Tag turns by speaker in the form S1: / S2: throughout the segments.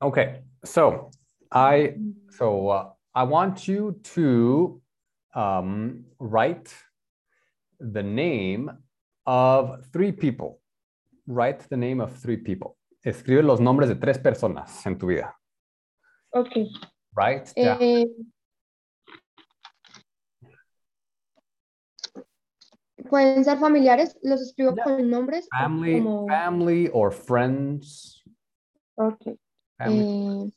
S1: Okay, so I so uh, I want you to um, write the name of three people. Write the name of three people. Escribe los nombres de tres personas en tu vida.
S2: Okay.
S1: Write down.
S2: Eh, Pueden ser familiares, los escribo
S1: Yeah.
S2: con nombres. o
S1: family,
S2: como-
S1: family or friends.
S2: Okay.
S1: Family.
S2: Eh,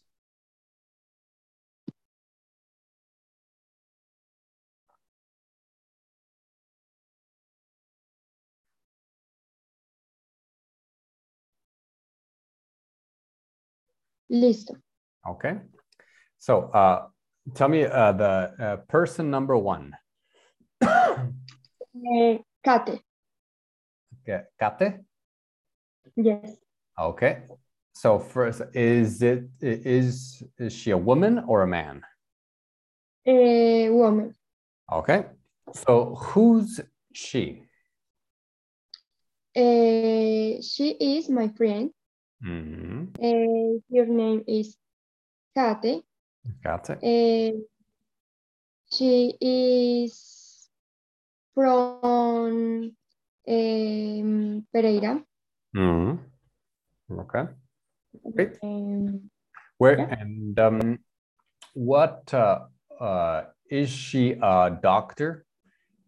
S2: Listo. Eh.
S1: Okay. So uh, tell me uh, the uh, person number one.
S2: Eh, Kate.
S1: Okay, Kate.
S2: Yes.
S1: Okay. So first, is it i- is is she a woman or a man?
S2: Eh, woman.
S1: Okay. So who's she?
S2: Eh, she is my friend.
S1: Mhm,
S2: Eh, her name is Kate.
S1: Got it.
S2: Eh, she is from em, Pereira.
S1: Mhm. Okay. Great.
S2: Em,
S1: Where
S2: Yeah.
S1: and um, what uh, uh, is she a doctor?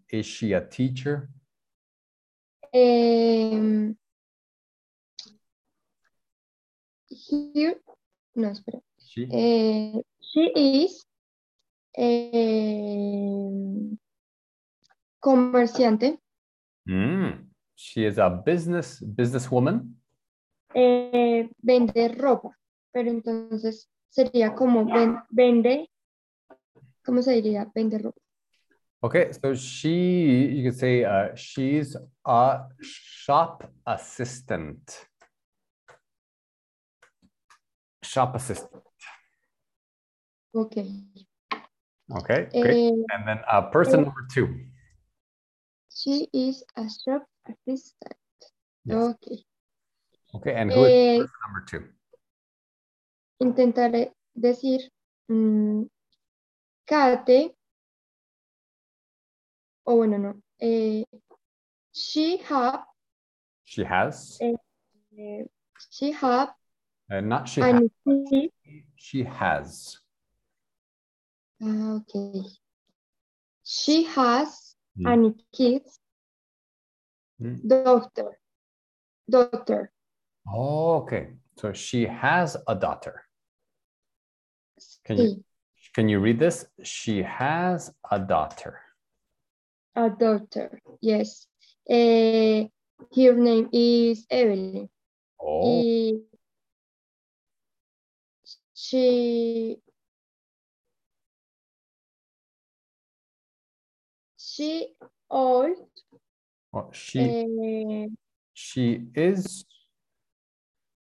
S1: Is she a teacher?
S2: em, here, no, espera.
S1: She
S2: Eh, she is em, comerciante.
S1: Mm, she is a business businesswoman.
S2: eh, vende ropa, pero entonces sería como ven- vende, ¿cómo se diría? Vende ropa.
S1: Okay, so she you could say uh, she's a shop assistant. Shop assistant.
S2: Ok.
S1: Okay, great.
S2: Eh,
S1: and then uh, person number two.
S2: she is a shop assistant.
S1: Yes.
S2: Ok.
S1: Okay, and who is
S2: Eh,
S1: person number two?
S2: intentaré decir mm, Kate, o bueno, no. eh, she have,
S1: She has
S2: eh, eh, she have
S1: uh, not she has
S2: an activity-
S1: she has.
S2: Ah, okay. She has
S1: Mm.
S2: an kid
S1: Mm.
S2: doctor. Doctor.
S1: Oh, okay. So she has a daughter. Can you
S2: Sí,
S1: can you read this? She has a daughter.
S2: a doctor. Yes. Eh, her name is Evelyn.
S1: Oh.
S2: Y she she old
S1: Well, oh, she
S2: eh,
S1: she is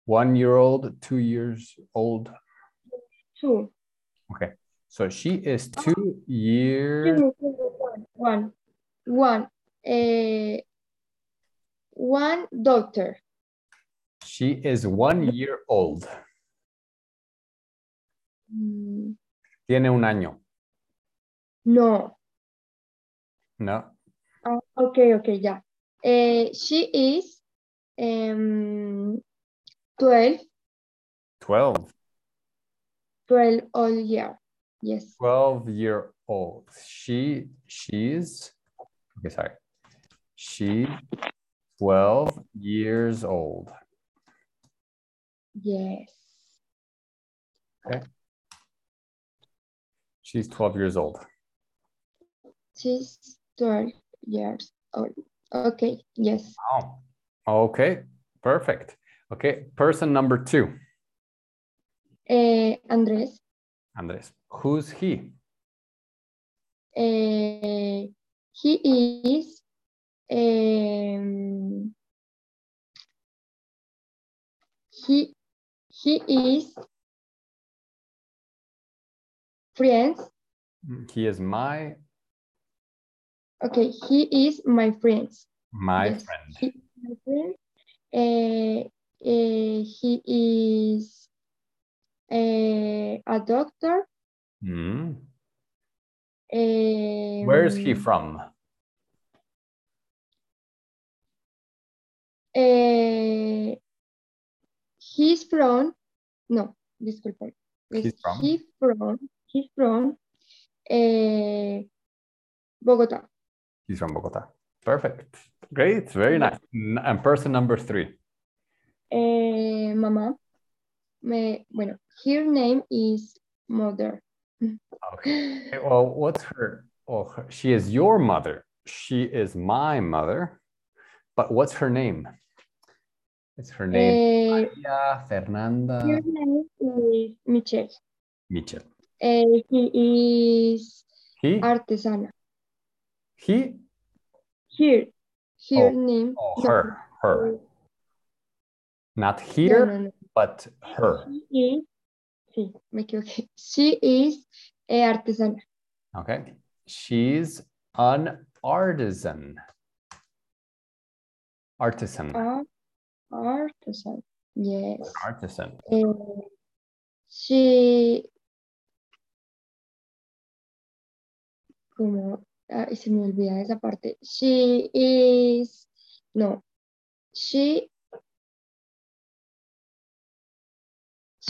S1: one year old, two years old.
S2: two.
S1: Okay, so she is two years.
S2: One, one, one, eh, one doctor.
S1: She is one year old.
S2: Mm,
S1: Tiene un año.
S2: No.
S1: No.
S2: Ah, okay, okay, ya. Eh, she is em, 12,
S1: Twelve.
S2: 12 all year. Yes.
S1: Twelve year old. She she's okay. Sorry. She twelve years old.
S2: Yes.
S1: She's twelve years old.
S2: She's 12 years old. Okay, yes.
S1: Wow. Okay. Perfect. Okay. Person number two.
S2: Eh, Andrés,
S1: Andres. Who's he?
S2: eh, he is em, he he is friends.
S1: He is my
S2: Okay, he is my friends.
S1: my
S2: Yes,
S1: friend.
S2: He, my friend. Eh, eh, he is a doctor.
S1: Hmm.
S2: eh,
S1: Where is he from?
S2: eh, he's from, no, disculpe.
S1: He's
S2: es
S1: from?
S2: He from, he's from eh, Bogotá.
S1: He's from Bogota. Perfect. Great. Very nice. N- And person number three.
S2: Eh, mamá, me, bueno, her name is mother.
S1: Okay. Okay, Well, what's her? Well, her, she is your mother. She is my mother. But what's her name? It's her name.
S2: Eh,
S1: Maria Fernanda
S2: her name is Michelle.
S1: Mitchell.
S2: Eh, he is
S1: He?
S2: artesana.
S1: He?
S2: Here,
S1: Oh,
S2: her name.
S1: Oh,
S2: no,
S1: her. Her. Not
S2: no,
S1: here,
S2: no, no.
S1: but her.
S2: She is, sí, me equivoqué. She is eh, artesana.
S1: Okay. She's an artisan. Artisan.
S2: Ar- artisan. Yes.
S1: Artisan.
S2: Eh, she. Como. Ay, se me olvida esa parte. She is. No. She.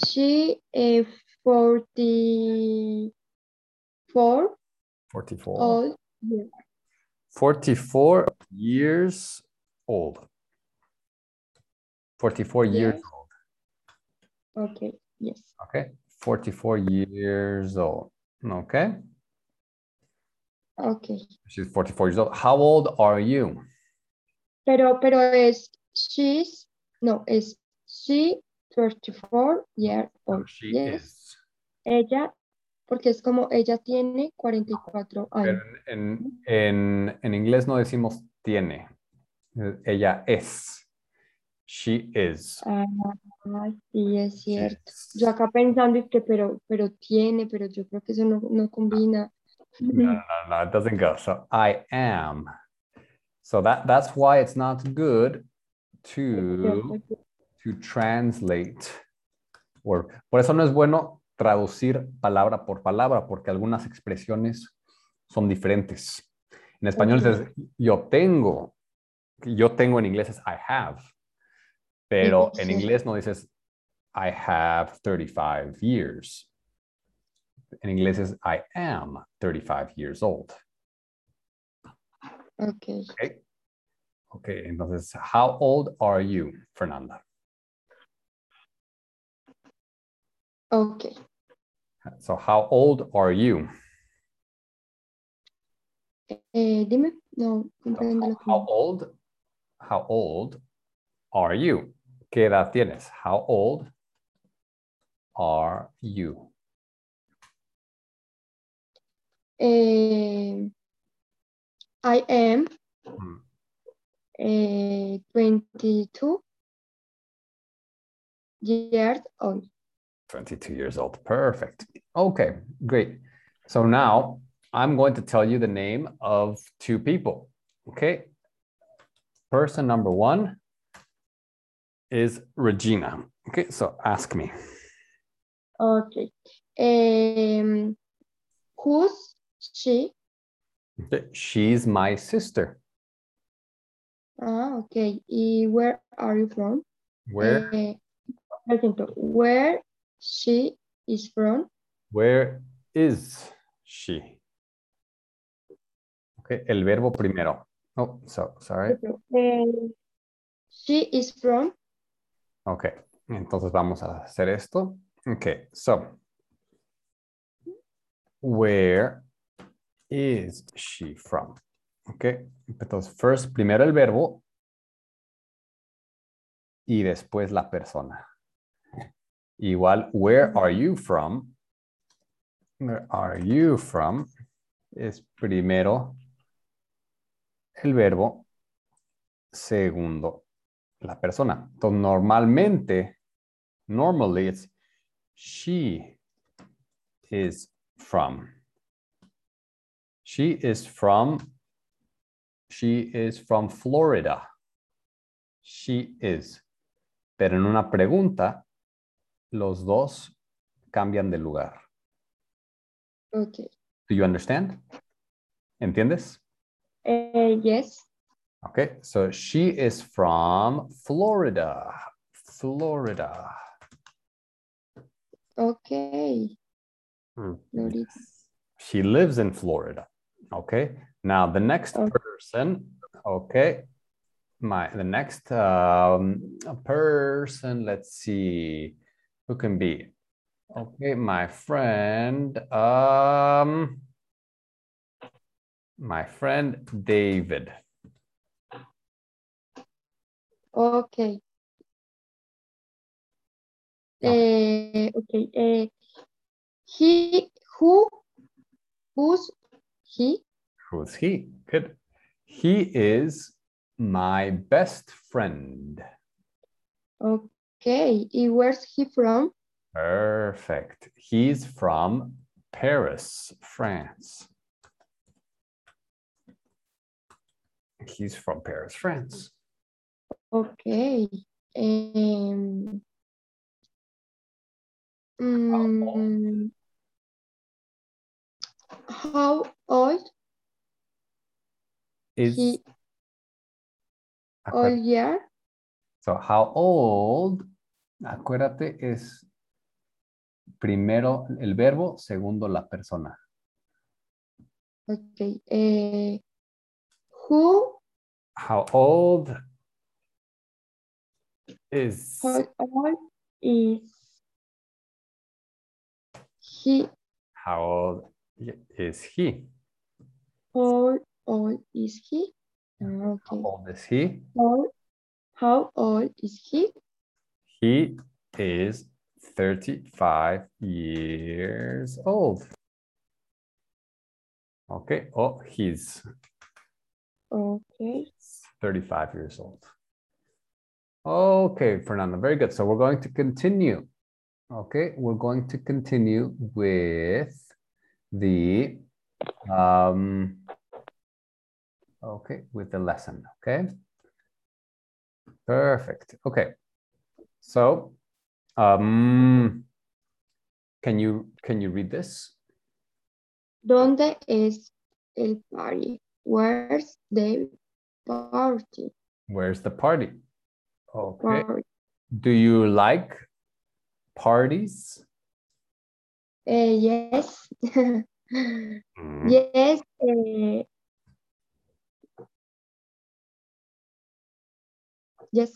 S2: She eh, 44
S1: 44.
S2: old. Yeah.
S1: 44 years old. 44 years
S2: Yes.
S1: old.
S2: Okay. Yes.
S1: Okay. 44 years old. Okay.
S2: Okay.
S1: She's 44 years old. How old are you?
S2: Pero, pero es she's, no, es she 34 year old.
S1: She
S2: Yes.
S1: is.
S2: Ella, porque es como ella tiene 44
S1: Pero
S2: años.
S1: en, en, en- en inglés no decimos tiene. Eh, Ella es. She is.
S2: Ah, sí, es
S1: She
S2: cierto.
S1: is.
S2: Yo acá pensando es que, pero, pero tiene, pero yo creo que eso no, no combina.
S1: No, no, no, no, it doesn't go. So I am. So that that's why it's not good to to translate or por eso no es bueno traducir palabra por palabra porque algunas expresiones son diferentes. En español
S2: Ok.
S1: es yo tengo, yo tengo en inglés es I have, pero en
S2: Sí.
S1: inglés no dices I have 35 years. En inglés es I am 35 years old.
S2: Ok.
S1: Ok, entonces, how old are you, Fernanda?
S2: Ok.
S1: So, how old are you?
S2: Eh, dime, no comprendo lo que
S1: How old? How old are you? ¿Qué edad tienes? How old are you?
S2: Eh, I am
S1: Mm.
S2: eh, 22 years old.
S1: 22 years old. Perfect. Okay, great. So now I'm going to tell you the name of two people. Okay. Person number one is Regina. Okay, so ask me.
S2: Okay. Um, who's she?
S1: Okay, She's my sister.
S2: Ah, okay. Y where are you from?
S1: Where
S2: Eh, lo siento. Where she is from?
S1: where is she? Okay, el verbo primero. Oh, so sorry.
S2: Eh, she is from.
S1: Ok, entonces vamos a hacer esto. Ok, so. Where is she from? Ok, entonces first, primero el verbo y después la persona. Igual, where are you from? Where are you from? Es primero el verbo, segundo la persona. Entonces, normalmente, normally it's she is from. She is from. She is from Florida. She is. Pero en una pregunta, los dos cambian de lugar.
S2: Okay.
S1: Do you understand? ¿Entiendes?
S2: Eh, yes.
S1: Okay, so she is from Florida. Florida.
S2: Okay. Florida.
S1: She lives in Florida. Okay. Now the next
S2: Okay.
S1: person. Okay. My the next um, person. Let's see who can be. Okay, my friend. Um, my friend David.
S2: Okay. Eh, okay. eh, he, who, who's he?
S1: Who's he? Good. He is my best friend.
S2: Okay. eh, Where's he from?
S1: Perfect. He's from Paris, France. He's from Paris, France.
S2: Okay. Um, mm, how old
S1: Is
S2: he oh, all
S1: acuérdate,
S2: year?
S1: so how old? Acuérdate es primero el verbo, segundo la persona.
S2: Okay. eh, who
S1: How old is
S2: how old is he?
S1: how old is he?
S2: How old is he? Ah,
S1: How
S2: Okay.
S1: old is he?
S2: How, how old is he?
S1: He is 35 years old. Okay. Oh, he's
S2: Okay.
S1: 35 years old. Okay, Fernando. Very good. So we're going to continue. Okay. We're going to continue with the um okay with the lesson okay perfect okay so um can you can you read this
S2: ¿Dónde es el party? Where's the party?
S1: where's the party okay
S2: Party.
S1: do you like parties
S2: Eh, yes. Mm-hmm. yes. eh, yes.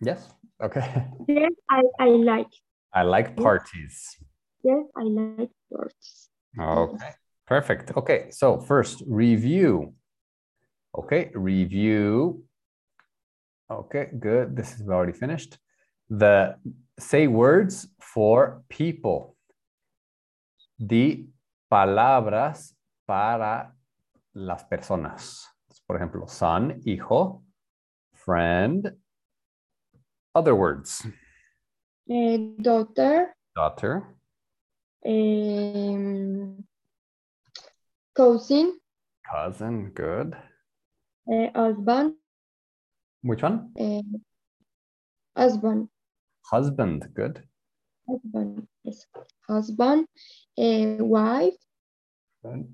S1: yes okay
S2: Yes, I, I like.
S1: i like parties
S2: Yes, I like sports.
S1: Okay, perfect. Okay, so first review. Okay, review. Okay, good. This is already finished. The say words for people. Di palabras para las personas. Por ejemplo, son, hijo, friend, other words,
S2: Eh, daughter,
S1: daughter,
S2: em, cousin,
S1: cousin, good.
S2: eh, husband,
S1: Which one?
S2: eh, husband,
S1: Husband, good.
S2: husband, yes, husband, eh, wife,
S1: Good.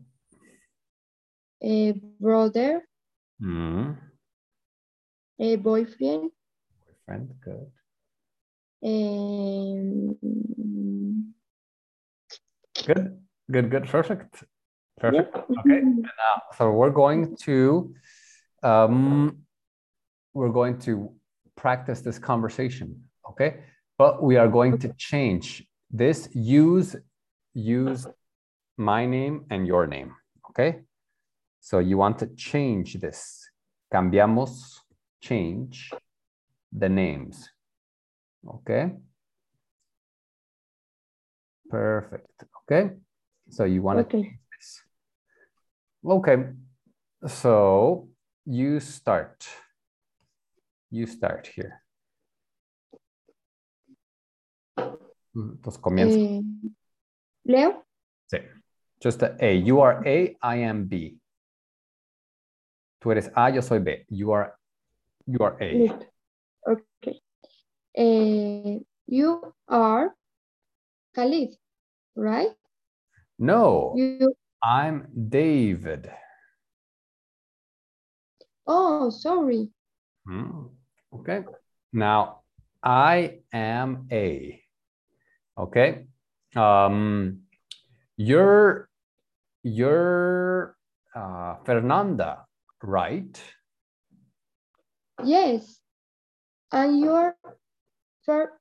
S2: eh, brother,
S1: Mm,
S2: eh, boyfriend,
S1: boyfriend, good.
S2: em,
S1: Good, good, good. Perfect.
S2: yes.
S1: Perfect. Okay. Now, Uh, so we're going to um we're going to practice this conversation, okay? But we are going to change this use use my name and your name, okay? So you want to change this. Cambiamos, change the names. Okay? Perfect. Okay? So you want to
S2: Okay,
S1: Yes. Okay, so you start. You start here. Mm, Entonces comienza.
S2: eh, Leo,
S1: Just the A. You are A, I am B. Tú eres A, yo soy B. You are, you are A.
S2: listo. Okay. Eh, you are Khalid. right?
S1: No,
S2: You,
S1: I'm David.
S2: oh, sorry.
S1: Hmm, Okay. Now, I am a. Okay. Um, you're you're uh, Fernanda, right?
S2: Yes. And your fir-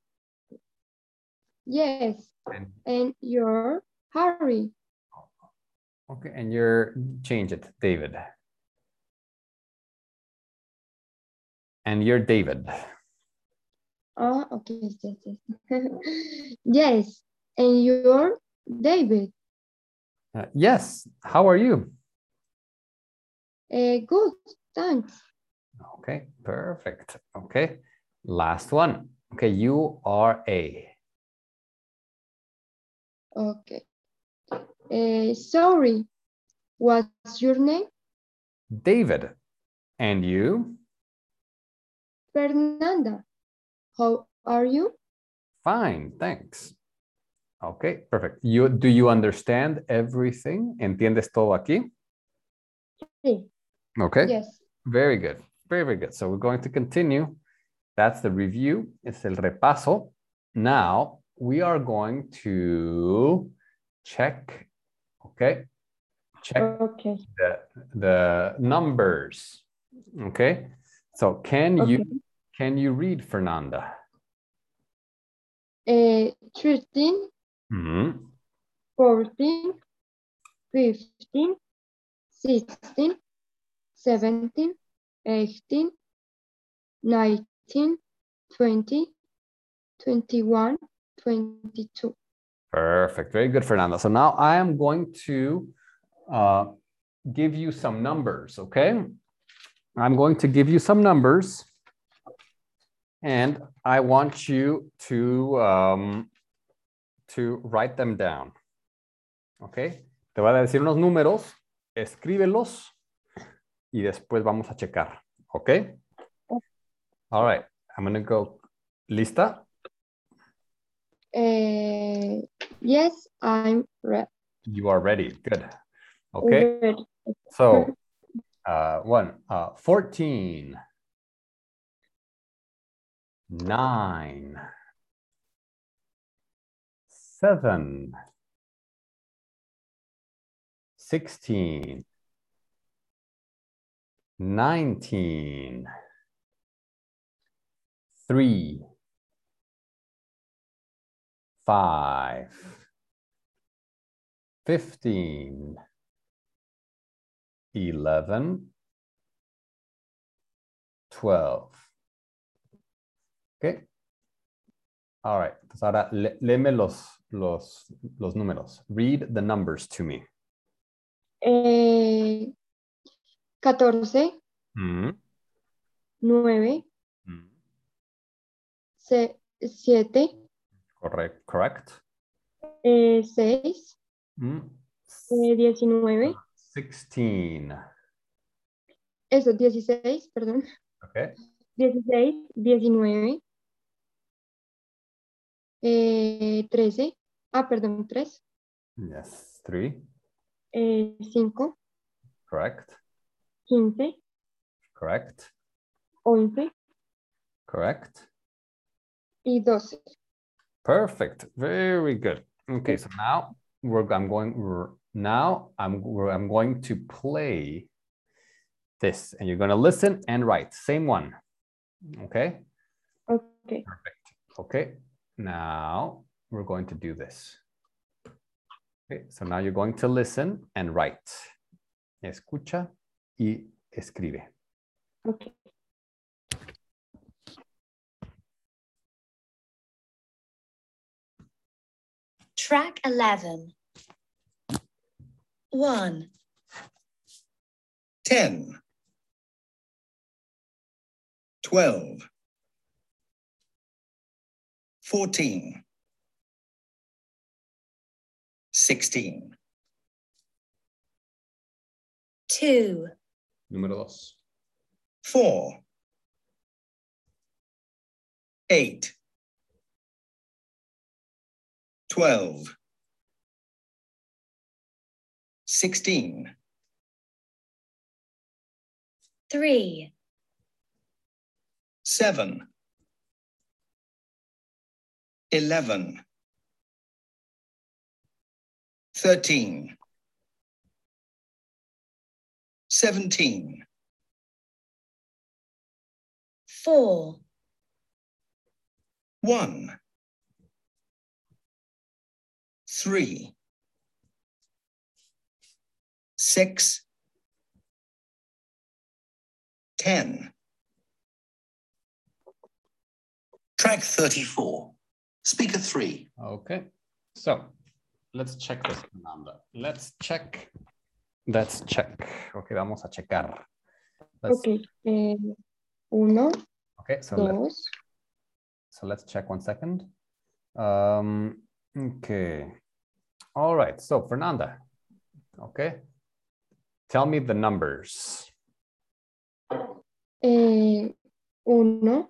S2: Yes.
S1: And-
S2: And your Harry.
S1: Okay, and you're change it, David. And you're David.
S2: Ah, okay, yes, yes, yes. yes, and your David.
S1: Uh, yes. How are you?
S2: Eh, good, thanks.
S1: Okay, perfect. Okay, last one. Okay, you are a.
S2: Okay. Eh, sorry, what's your name?
S1: David. And you?
S2: Fernanda. How are you?
S1: Fine, thanks. Okay, perfect. You do you understand everything? ¿Entiendes todo aquí?
S2: Sí.
S1: Okay.
S2: Yes.
S1: Very good. Very, very good. So we're going to continue. That's the review. It's el repaso. Now we are going to check, okay? Check
S2: Okay.
S1: the, the numbers. Okay. So can
S2: Okay.
S1: you can you read Fernanda?
S2: Eh, 13,
S1: Mhm.
S2: 14, 15, 16, 17, 18, 19, 20, 21, 22.
S1: Perfect. Very good, Fernanda. So now I am going to uh, give you some numbers, okay? I'm going to give you some numbers and I want you to, um, to write them down, okay? Te voy a decir unos números, escríbelos y después vamos a checar, okay? All right, I'm going to go. ¿Lista?
S2: Eh, yes, I'm re-
S1: You are ready. Good. Okay.
S2: ready.
S1: So, uh, one, uh, 14, nine, seven, 16, 19, three, five, 15, 11, 12. Okay. All right. Entonces ahora lé- léeme los, los, los números. Read the numbers to me.
S2: Eh, 14, 9,
S1: Mhm.
S2: 7,
S1: Correct. Correct.
S2: eh, 6,
S1: Mhm.
S2: eh, 19,
S1: 16.
S2: eso, 16, perdón,
S1: Okay.
S2: 16, 19, eh, 13, ah, perdón, 3,
S1: Yes. Three.
S2: eh, 5,
S1: Correct.
S2: 15,
S1: Correct.
S2: 11
S1: Correct.
S2: y 12.
S1: Perfect. Very good. Okay, so now we're I'm going we're- now I'm we're, I'm going to play this and you're going to listen and write. Same one. Okay?
S2: Ok,
S1: Okay. Now we're going to do this. Okay, so now you're going to listen and write. Escucha y escribe.
S2: ok.
S3: Track 11. 1,
S4: 10 12 14 16
S3: 2,
S1: Número dos.
S4: 4 8 12 sixteen,
S3: three,
S4: seven, eleven, thirteen, seventeen,
S3: four,
S4: one, three, six, ten.
S5: Track 34. Speaker 3.
S1: Okay. So let's check this, Fernanda. Let's check. Let's check. Okay, vamos a checar. Let's,
S2: Ok. eh, uno,
S1: okay, so let's
S2: dos,
S1: So let's check one second. Um, okay. All right. So Fernanda, okay. Tell me the numbers.
S2: eh, uno,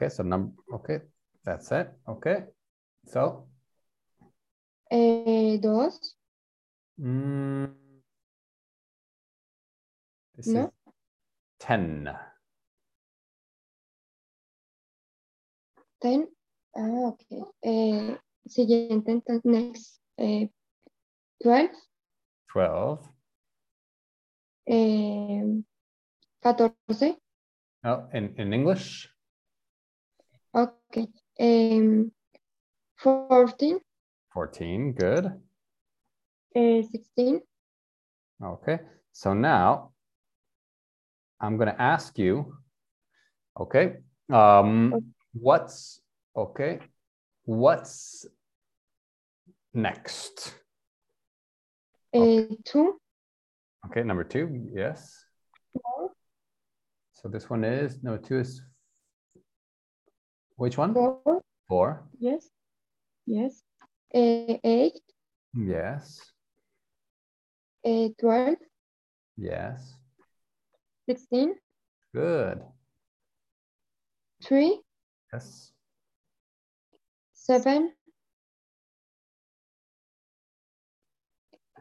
S1: Okay. So num. Okay. That's it. Okay. So.
S2: eh, dos,
S1: mm, this is
S2: No.
S1: ten.
S2: ten. Ah, ok. Eh, siguiente, entonces, next. Eh, twelve,
S1: Twelve.
S2: eh, catorce.
S1: Oh, in in English.
S2: Ok. em, fourteen,
S1: Fourteen. Good.
S2: eh, sixteen.
S1: Okay, so now I'm going to ask you, okay, um, what's okay, what's next?
S2: eh, two,
S1: Okay, number two, yes.
S2: four,
S1: So this one is number two is which one?
S2: four,
S1: Four,
S2: yes, yes. Eh, eight,
S1: yes,
S2: eh, twelve,
S1: yes,
S2: sixteen,
S1: good,
S2: three,
S1: yes,
S2: seven,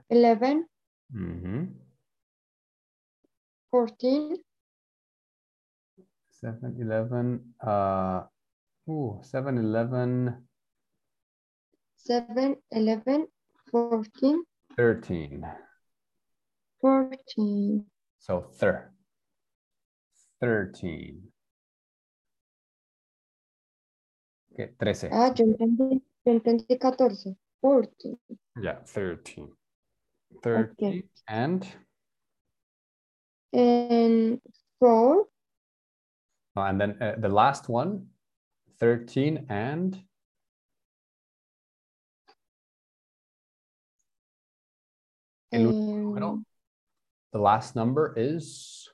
S2: eleven,
S1: mm-hmm.
S2: fourteen,
S1: Seven, eleven, uh, ooh, seven, eleven,
S2: seven, eleven, fourteen,
S1: thirteen.
S2: fourteen,
S1: So thir. Thirteen. Okay, trece.
S2: Ah, yo entendí, yo entendí catorce, fourteen,
S1: Yeah, thirteen. Thirteen and
S2: and four,
S1: oh, and then uh, the last one, thirteen and El último número.
S2: em,
S1: the last number is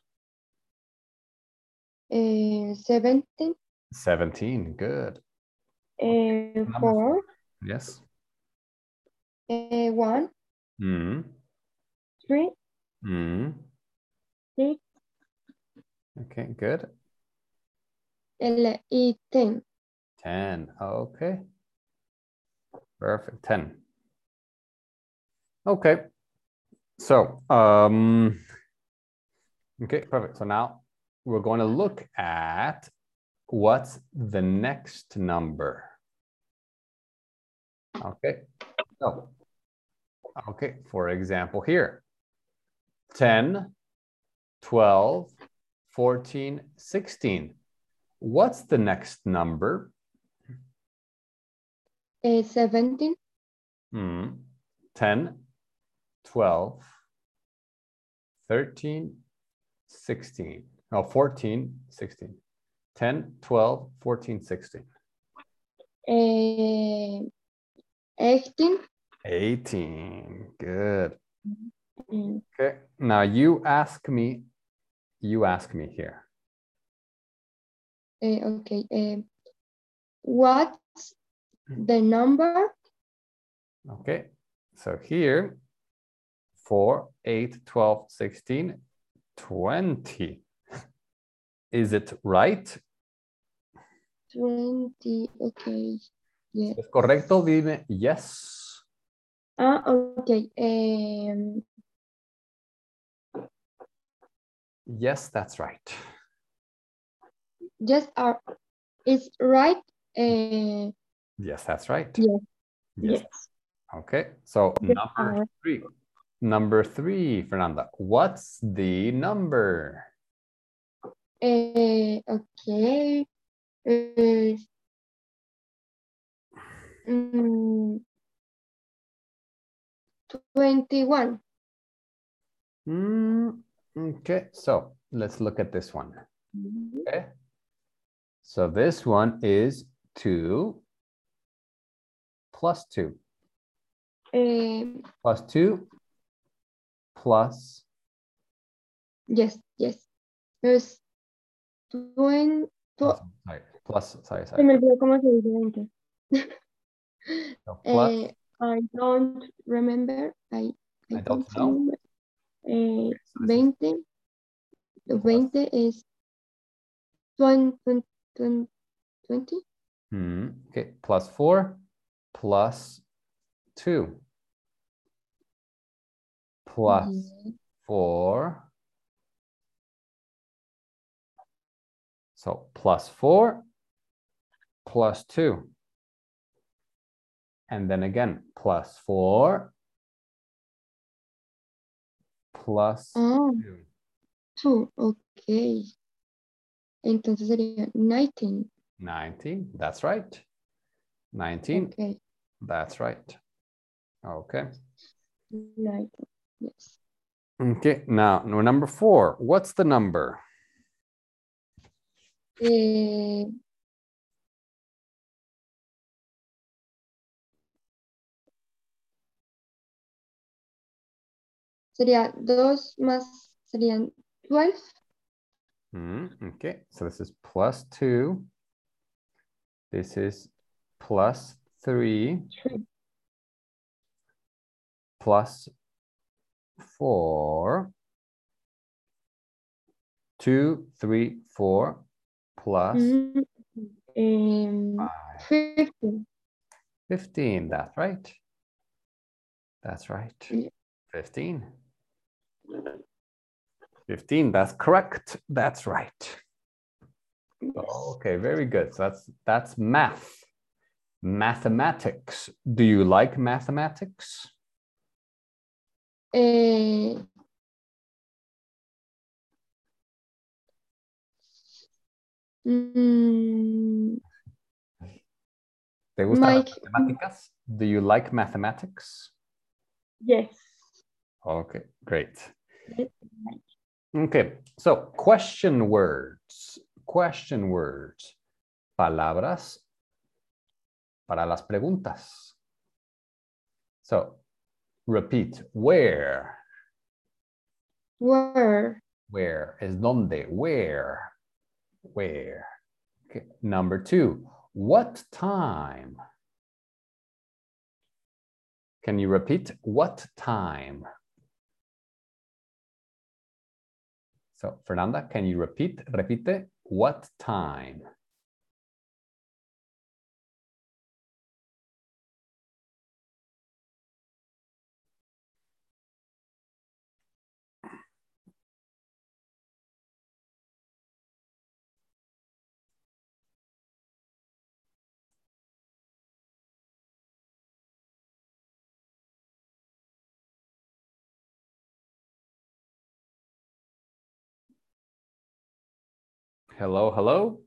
S2: eh, seventeen,
S1: seventeen. Good.
S2: eh,
S1: Number
S2: four,
S1: Yes.
S2: eh, one,
S1: Hmm.
S2: three,
S1: Hmm.
S2: six,
S1: Okay. Good.
S2: ele- y ten.
S1: Ten. Okay. Perfect. Ten. Okay. So, um, okay, perfect. So now we're going to look at what's the next number. Okay. So, okay, for example, here 10, 12, 14, 16. What's the next number?
S2: eh, 17,
S1: Mm. 10, 12, 13, 16. No, 14, 16. 10, 12, 14, 16.
S2: eh, 18,
S1: 18. Good.
S2: mm,
S1: Okay. Now you ask me, you ask me here.
S2: eh, okay. eh, what's the number?
S1: Okay. So here, 4, 8, 12, 16, 20. Is it right?
S2: 20, okay. Yeah.
S1: ¿Es correcto? Dime yes.
S2: Ah, ok. eh, em,
S1: Yes, that's right.
S2: yes, are, uh, it's right. eh,
S1: Yes, that's right.
S2: Yes.
S1: Yes. Okay. So
S2: Yes,
S1: number
S2: are.
S1: three. Number three, Fernanda. What's the number?
S2: eh, ok. eh, mm, 21.
S1: Mm, okay. So let's look at this one. Okay. So this one is two plus two
S2: Eh,
S1: plus two plus
S2: yes, yes. Es 20.
S1: plus- sorry, plus sorry
S2: Se
S1: sorry
S2: me olvidó cómo se dice 20.
S1: So plus
S2: Eh, I don't remember. I,
S1: I don't know.
S2: remember. Eh,
S1: so this is
S2: 20. 20 is 20. 20, 20?
S1: Hmm, okay, plus four, plus two, plus
S3: Mm-hmm.
S2: Ye-
S1: four. So plus four, plus two. And then again, plus four, plus
S2: Ah,
S1: two.
S2: 2. Oh, Ok. Entonces sería 19.
S1: 19, that's right. 19,
S2: Ok.
S1: that's right. Okay.
S2: 19. Yes.
S1: Okay, now no- number four. What's the number?
S2: Eh, sería 2 más, serían 12.
S1: Hmm, okay, so this is plus two. This is plus three,
S2: Three.
S1: plus four. Two, three, four, plus
S2: Mm, em,
S1: five.
S2: 15.
S1: 15, that's right. That's right.
S2: Yeah.
S1: 15. 15, that's correct. That's right. Okay, very good. So that's that's math. Mathematics. Do you like mathematics?
S2: Eh, mm,
S1: ¿Te gustan las
S2: Like-
S1: matemáticas? Do you like mathematics?
S2: yes.
S1: Okay, great.
S2: Yes,
S1: Okay, so question words. Question words. Palabras para las preguntas. So, repeat. Where?
S2: Where?
S1: Where is donde? Where? Where? Okay. Number two, what time? Can you repeat what time? So, Fernanda, can you repeat? Repite what time? Hello, hello.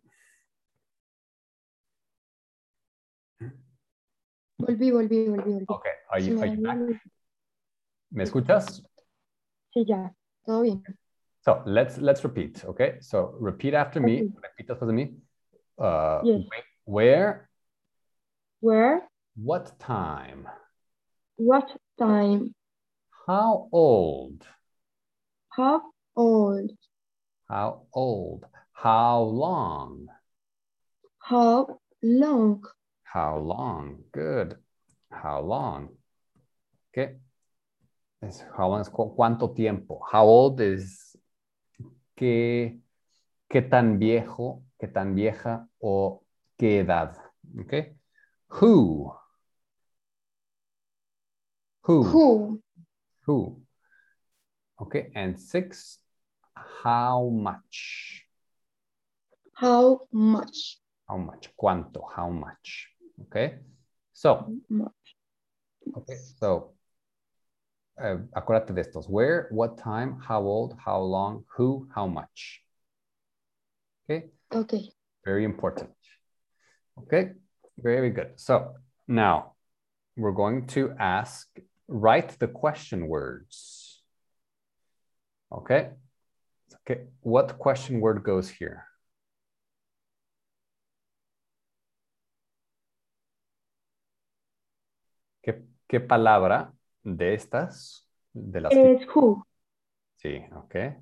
S2: Volví, volví, volví, volví.
S1: Okay, Oh, are
S2: Se
S1: you,
S2: me
S1: are you
S2: dañó
S1: back?
S2: el-
S1: ¿Me escuchas?
S2: Sí, ya, todo bien.
S1: So let's let's repeat. Okay. So repeat after me.
S2: Okay.
S1: Repeat after me. Uh,
S2: Yes.
S1: wh- Where?
S2: Where?
S1: What time?
S2: What time?
S1: How old?
S2: How old?
S1: How old? How long?
S2: How long?
S1: How long? Good. How long? Okay. It's how long is cu- cuánto tiempo? How old is qué qué tan viejo, qué tan vieja o qué edad? Okay. Who? Who?
S2: Who?
S1: Who? Okay. And six, how much?
S2: How much?
S1: How much? Cuánto? How much? Okay. So,
S2: Much.
S1: okay. So, uh, acuérdate de estos. Where, what time, how old, how long, who, how much. Okay.
S2: Okay.
S1: Very important. Okay, very good. So now we're going to ask, write the question words. Okay. Okay, what question word goes here? ¿Qué, qué palabra de estas? De las que-
S2: It's who?
S1: Sí, okay.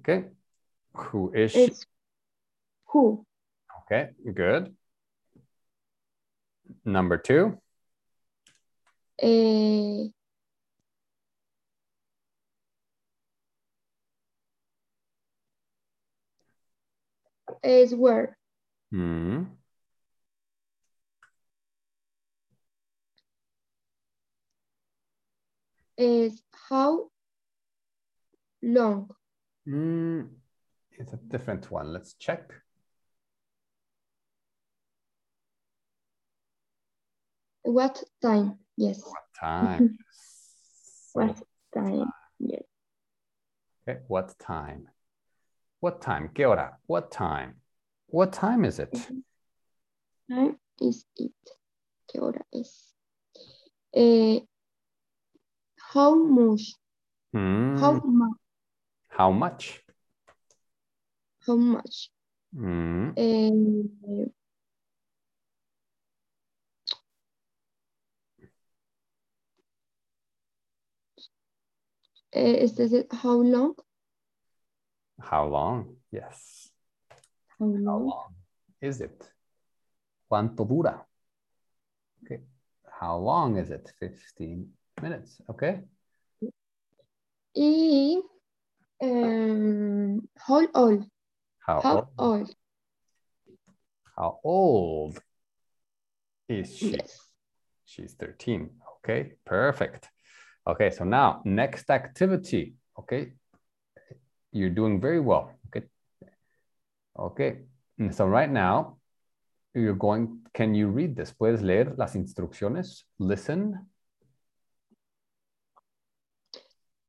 S1: Okay. Who is she?
S2: It's who?
S1: Okay, good. Number two,
S2: Eh, is where?
S1: hmm,
S2: Is how long?
S1: hmm, it's a different one. Let's check.
S2: What time? Yes.
S1: Time. So,
S2: What time? Yes.
S1: Okay, what time? What time? ¿Qué hora? What time? What time is it?
S2: Time is it? ¿Qué hora es? Eh, how much?
S1: Hmm,
S2: How much?
S1: How much?
S2: How much?
S1: Hmm,
S2: Eh, eh, is this it? How long?
S1: How long? Yes. How
S2: How long?
S1: long is it? ¿Cuánto dura? Okay. How long is it? 15 minutes. Okay.
S2: Y um, how old?
S1: How,
S2: How
S1: old?
S2: old?
S1: How old is she?
S2: Yes.
S1: She's 13. Okay, perfect. Okay, so now next activity. Okay, you're doing very well. Okay. Okay, and so right now you're going, can you read this? Puedes leer las instrucciones, listen.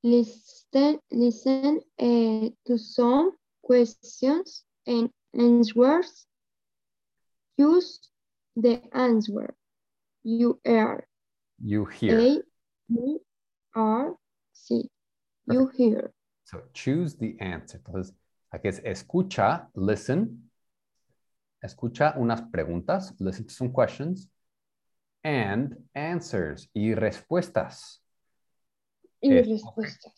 S2: Listen, listen eh, to some questions and answers. Use the answer. You are
S1: You hear.
S2: A B R C. You hear.
S1: So choose the answer. Entonces, aquí es escucha, listen. Escucha unas preguntas, listen to some questions, and answers y respuestas.
S2: Y
S1: Eh,
S2: respuesta.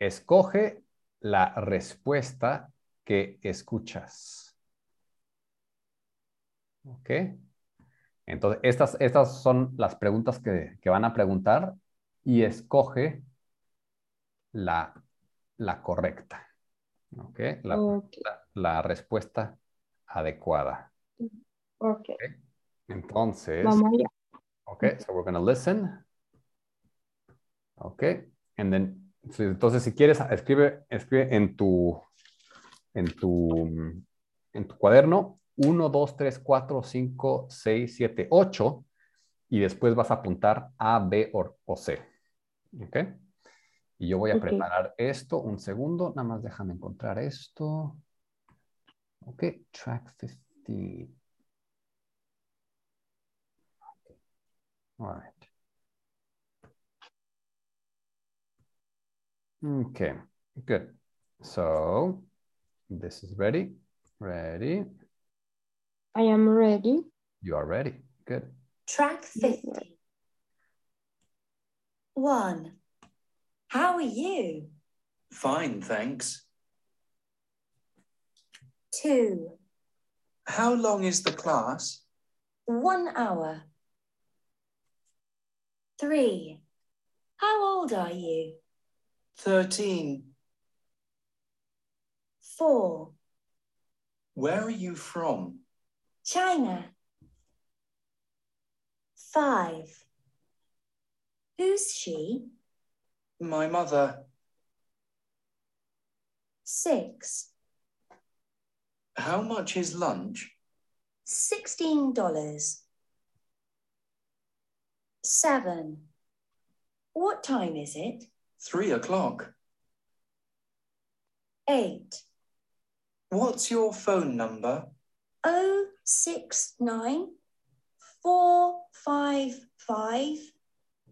S1: Escoge la respuesta que escuchas. ¿Ok? Entonces, estas, estas son las preguntas que, que van a preguntar y escoge la, la correcta. ¿Ok? La,
S2: Okay.
S1: la respuesta adecuada.
S2: Okay.
S1: Entonces,
S2: Vamos allá.
S1: Okay, so we're going to listen. Okay, and then, so, entonces si quieres, escribe, escribe en tu, en tu, mm, en tu cuaderno 1, 2, 3, 4, 5, 6, 7, 8 y después vas a apuntar A, B o, o C. Ok, y yo voy a
S2: Ok.
S1: preparar esto un segundo, nada más déjame encontrar esto. Ok, track 15. All right. Okay, good. So this is ready. Ready.
S2: I am ready.
S1: You are ready. Good.
S3: Track 50. 1. How are you?
S5: Fine, thanks.
S3: 2.
S5: How long is the class?
S3: 1 hour. 3. How old are you?
S5: 13.
S3: 4.
S5: Where are you from?
S3: China. 5. Who's she?
S5: My mother.
S3: Six.
S5: How much is lunch?
S3: Sixteen dollars. Seven. What time is it?
S5: Three o'clock.
S3: Eight.
S5: What's your phone number?
S3: Oh, six, nine, four, five, five,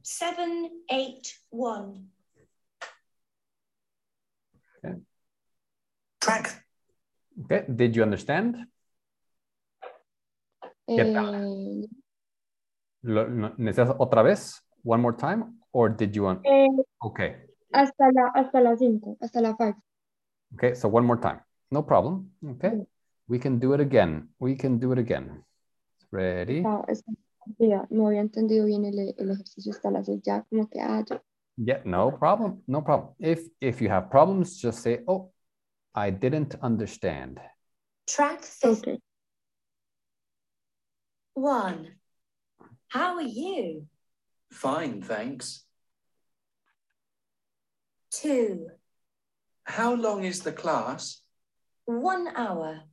S3: seven, eight, one.
S5: Track.
S1: Okay, did you understand? ¿Qué tal?
S2: Eh,
S1: Lo- no- ¿Necesitas otra vez? One more time? Or did you want?
S2: eh,
S1: Okay.
S2: hasta la hasta las 5, hasta la 5.
S1: Okay, so one more time. No problem. Okay. We can do it again. We can do it again. Ready?
S2: No, Ah, es que ya no había entendido bien el, el ejercicio hasta las 6, ya como que, ah, ya.
S1: Yeah, no problem. No problem. If if you have problems, just say, "Oh, I didn't understand."
S3: Track 15.
S2: Ok.
S3: One. How are you?
S5: Fine, thanks.
S3: Two.
S5: How long is the class?
S3: One hour.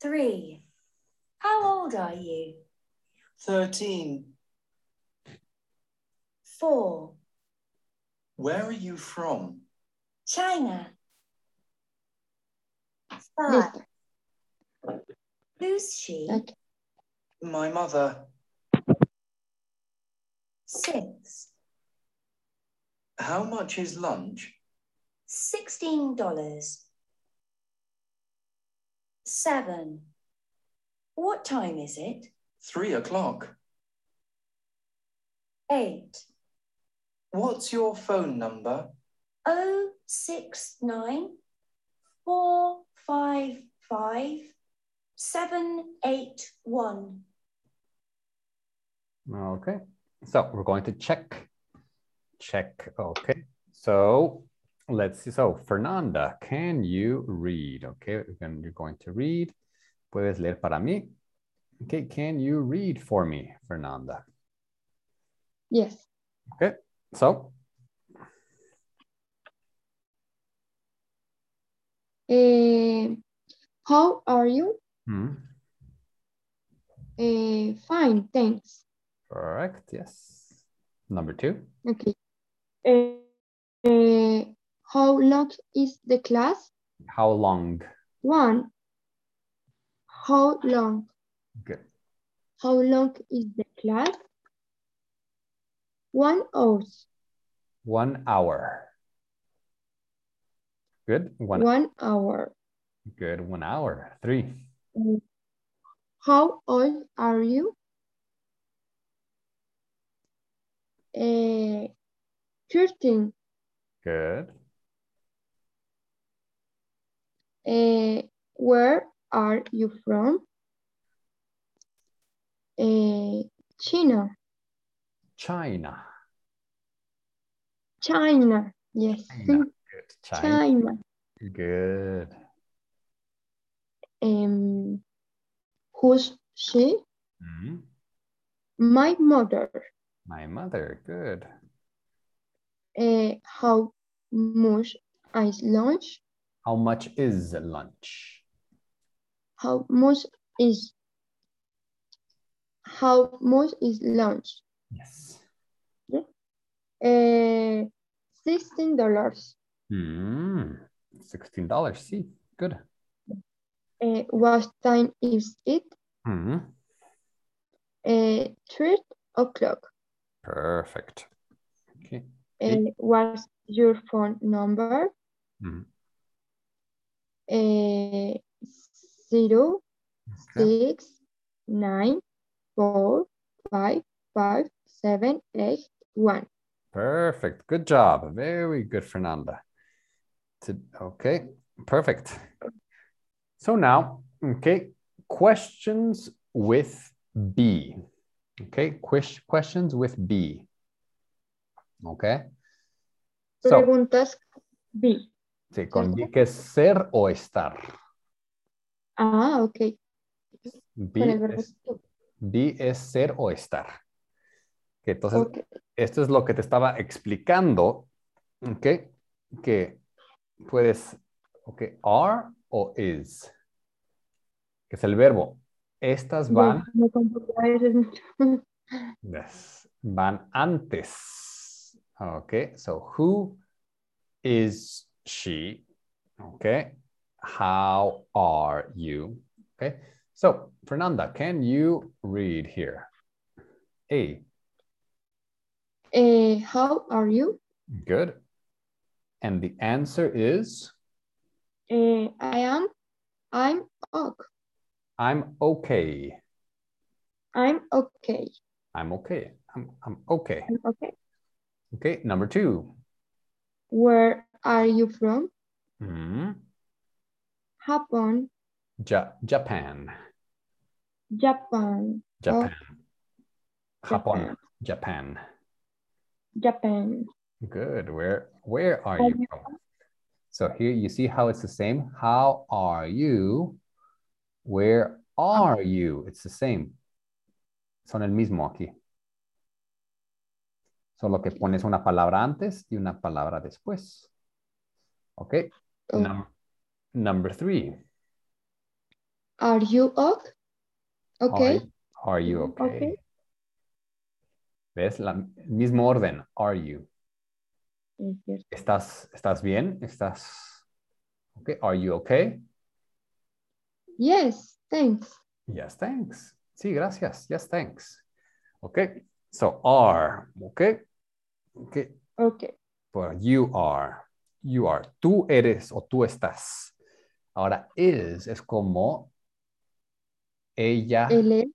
S3: Three. How old are you?
S5: Thirteen.
S3: Four.
S5: Where are you from?
S3: China. Five.
S2: Listo.
S3: Who's she?
S2: Aquí.
S5: My mother.
S3: Six.
S5: How much is lunch?
S3: Sixteen dollars. Seven. What time is it?
S5: Three o'clock.
S3: Eight.
S5: What's your phone number?
S3: Oh, six, nine, four, five, five, seven, eight, one.
S1: Okay. So, we're going to check. Check. Okay. So, let's see. So, Fernanda, can you read? Okay. Again, you're going to read. Puedes leer para mí. Okay. Can you read for me, Fernanda?
S2: Yes.
S1: So,
S2: Eh, how are you?
S1: hmm,
S2: Eh, fine, thanks.
S1: correct. Yes. Number two.
S2: Okay. Eh, eh, how long is the class?
S1: How long?
S2: One. How long?
S1: Good.
S2: How long is the class? One hour.
S1: One hour. Good. One.
S2: One hour.
S1: Good. One hour. Three.
S2: How old are you? Eh, 13.
S1: Good.
S2: Eh, where are you from? Eh, China.
S1: China.
S2: China. Yes.
S1: China. Good. China.
S2: China.
S1: Good.
S2: Em, um, who's she?
S1: Mhm.
S2: My mother.
S1: My mother. Good.
S2: Eh, how much is lunch?
S1: How much is lunch?
S2: How much is how much is lunch?
S1: Yes.
S2: Eh, sixteen dollars.
S1: Mm. Sixteen dollars. See. Good.
S2: Eh, what time is it?
S1: Mhm.
S2: Eh, three o'clock.
S1: Perfect. Okay.
S2: Eh, what's your phone number?
S1: Mhm.
S2: Eh, zero
S1: Okay.
S2: six nine four five five seven eight one.
S1: Perfect. Good job. Very good, Fernanda. To- Okay, perfect. So now, okay, questions with B. Okay, ques- questions with B. Okay. So,
S2: Preguntas B.
S1: sí, con B que es ser o estar.
S2: Ah, ok.
S1: B
S2: Con el verbo
S1: es, B es ser o estar. Ok, Que entonces,
S2: Ok.
S1: esto es lo que te estaba explicando, ¿ok? Que puedes, ok, are o is, que es el verbo. Estas van,
S2: Bueno, Me confundo a veces mucho.
S1: des- van antes, ok? So, who is she? Okay. How are you? Okay. So, Fernanda, can you read here? A.
S2: Eh, how are you?
S1: Good. And the answer is
S2: Eh, I am. I'm ok.
S1: I'm okay.
S2: I'm okay.
S1: I'm okay. I'm, I'm okay.
S2: I'm okay.
S1: Okay. Number 2
S2: Where are you from?
S1: Mhm.
S2: Japan.
S1: Ja- Japan.
S2: Japan.
S1: Japan.
S2: Japan.
S1: Japan. Japan.
S2: Japan.
S1: Good. Where where are
S2: Are
S1: you
S2: you
S1: from? So here you see how it's the same. How are you? Where are you? It's the same. Son el mismo aquí. Solo que pones una palabra antes y una palabra después. Okay.
S2: Oh,
S1: Num- number three.
S2: Are you ok?
S1: Are-
S2: Okay.
S1: Are, you
S2: Okay.
S1: okay? ¿Ves? La, el mismo orden. Are you?
S2: Es cierto.
S1: ¿Estás, estás bien? ¿Estás? Okay. Are you okay?
S2: Yes, thanks.
S1: Yes, thanks. Sí, gracias. Yes, thanks. Okay. So are, okay? Okay.
S2: Okay.
S1: For you are. You are. Tú eres o tú estás. Ahora is es como ella,
S2: Él es.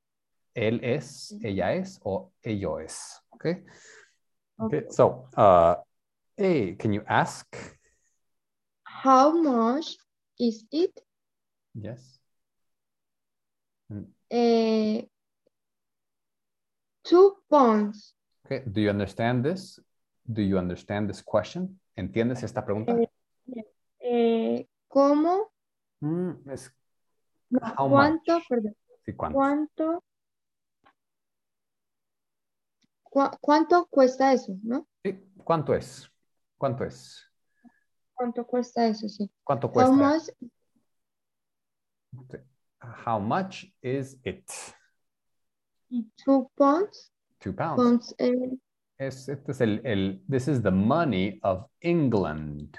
S1: él es,
S2: Ujú.
S1: ella es o ello es. Okay. Okay.
S2: Okay.
S1: So, uh, hey, can you ask?
S2: How much is it?
S1: Yes.
S2: Eh, two pounds.
S1: Okay. Do you understand this? Do you understand this question? ¿Entiendes esta pregunta?
S2: Eh, Eh, ¿Cómo?
S1: Mm, es
S2: No,
S1: How
S2: ¿Cuánto?
S1: much?
S2: Perdón.
S1: Sí, ¿cuánto?
S2: ¿Cuánto? cua- ¿Cuánto cuesta eso? ¿No?
S1: Sí, ¿Cuánto es? ¿Cuánto es?
S2: ¿Cuánto cuesta eso? Sí.
S1: ¿Cuánto
S2: How
S1: cuesta?
S2: much?
S1: How much is it?
S2: Two pounds.
S1: Two pounds.
S2: Pounds. eh,
S1: Es, este es el, el- this is the money of England.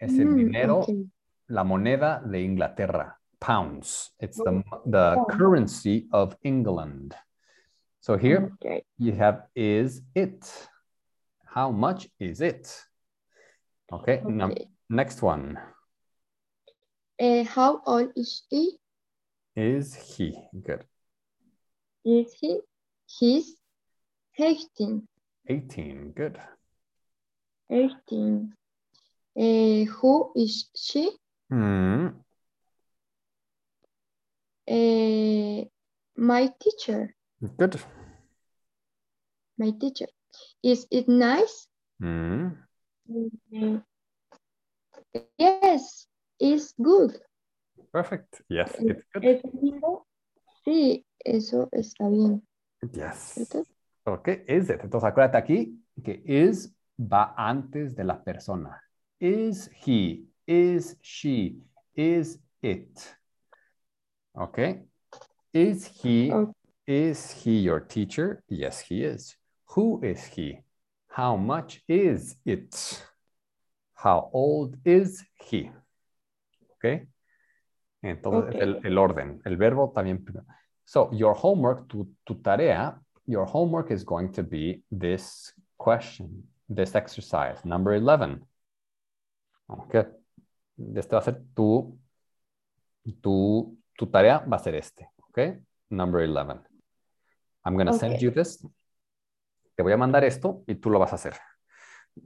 S1: Es el
S2: mm,
S1: dinero,
S2: okay.
S1: la moneda de Inglaterra. Pounds. It's the, mo- the
S2: Oh.
S1: currency of England. So here
S2: Okay.
S1: you have is it. How much is it? Okay, num-
S2: okay.
S1: next one.
S2: Eh, how old is he?
S1: Is he. Good.
S2: Is he? He's 18.
S1: 18. Good.
S2: 18. Eh, who is she?
S1: Hmm.
S2: Eh, my teacher.
S1: Good.
S2: My teacher. Is it nice?
S1: Hmm.
S2: Mm, Yes, it's good.
S1: Perfect. Yes,
S2: Mm.
S1: it's good.
S2: ¿Es lindo? Sí, eso está bien.
S1: Yes.
S2: ¿cierto?
S1: Ok, is it. Entonces acuérdate aquí que is va antes de la persona. Is he, is she, is it. Ok. Is he,
S2: Ok.
S1: is he your teacher? Yes, he is. Who is he? How much is it? How old is he? Ok. Entonces
S2: Ok.
S1: El, el orden, el verbo también. primero. So your homework, tu, tu tarea your homework is going to be this question, this exercise, number 11. Okay. Este va a ser tu, tu, tu tarea va a ser este, okay? Number 11. I'm going to send
S2: Okay.
S1: you this. Te voy a mandar esto y tú lo vas a hacer.